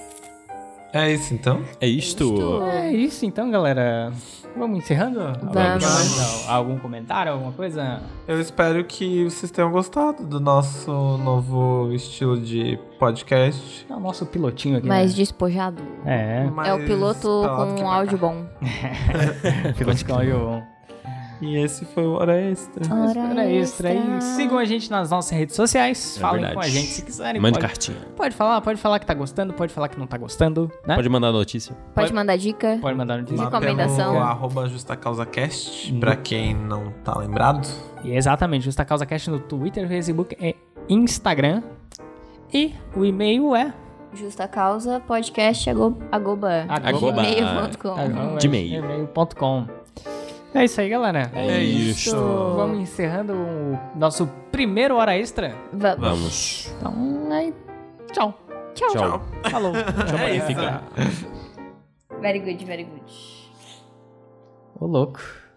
G: É isso então?
E: É isto.
D: É isso então, galera. Vamos encerrando? Alguém quer
F: Vamos.
D: mais al- Algum comentário, alguma coisa?
G: Eu espero que vocês tenham gostado do nosso novo estilo de podcast.
D: É o nosso pilotinho aqui.
F: Mais
D: né?
F: despojado.
E: <laughs>
D: É,
F: é o
G: mais
F: piloto
C: tá
G: pelado que
F: com um
G: pra cá.
F: áudio bom.
D: piloto com áudio bom.
G: E esse foi o Hora Extra.
D: Era isso aí. Sigam a gente nas nossas redes sociais.
E: É
D: falem
E: verdade.
D: com a gente se quiserem.
E: Mande
D: pode,
E: cartinha.
D: pode falar, pode falar que tá gostando, pode falar que não tá gostando, né?
E: Pode mandar notícia.
F: Pode mandar dica.
D: Pode mandar
G: Lá
D: notícia.
F: Manda. Recomendação. Uhum.
G: Pelo arroba JustaCausaCast, pra quem não tá lembrado.
D: E é exatamente, Justa Causa Cash no Twitter, Facebook e Instagram. E o e-mail é
F: Justa causa, podcast ago- agoba.
D: Agoba.
F: gmail.com.
E: De e-mail.
D: gmail.com. É isso aí, galera.
E: É isso.
D: Vamos encerrando o nosso primeiro Hora Extra.
F: Vamos.
E: Vamos.
D: Então, aí, tchau.
F: Tchau.
E: Tchau.
D: Falou.
E: Tchau, Magnífica.
F: Very good, very good.
D: Ô, louco.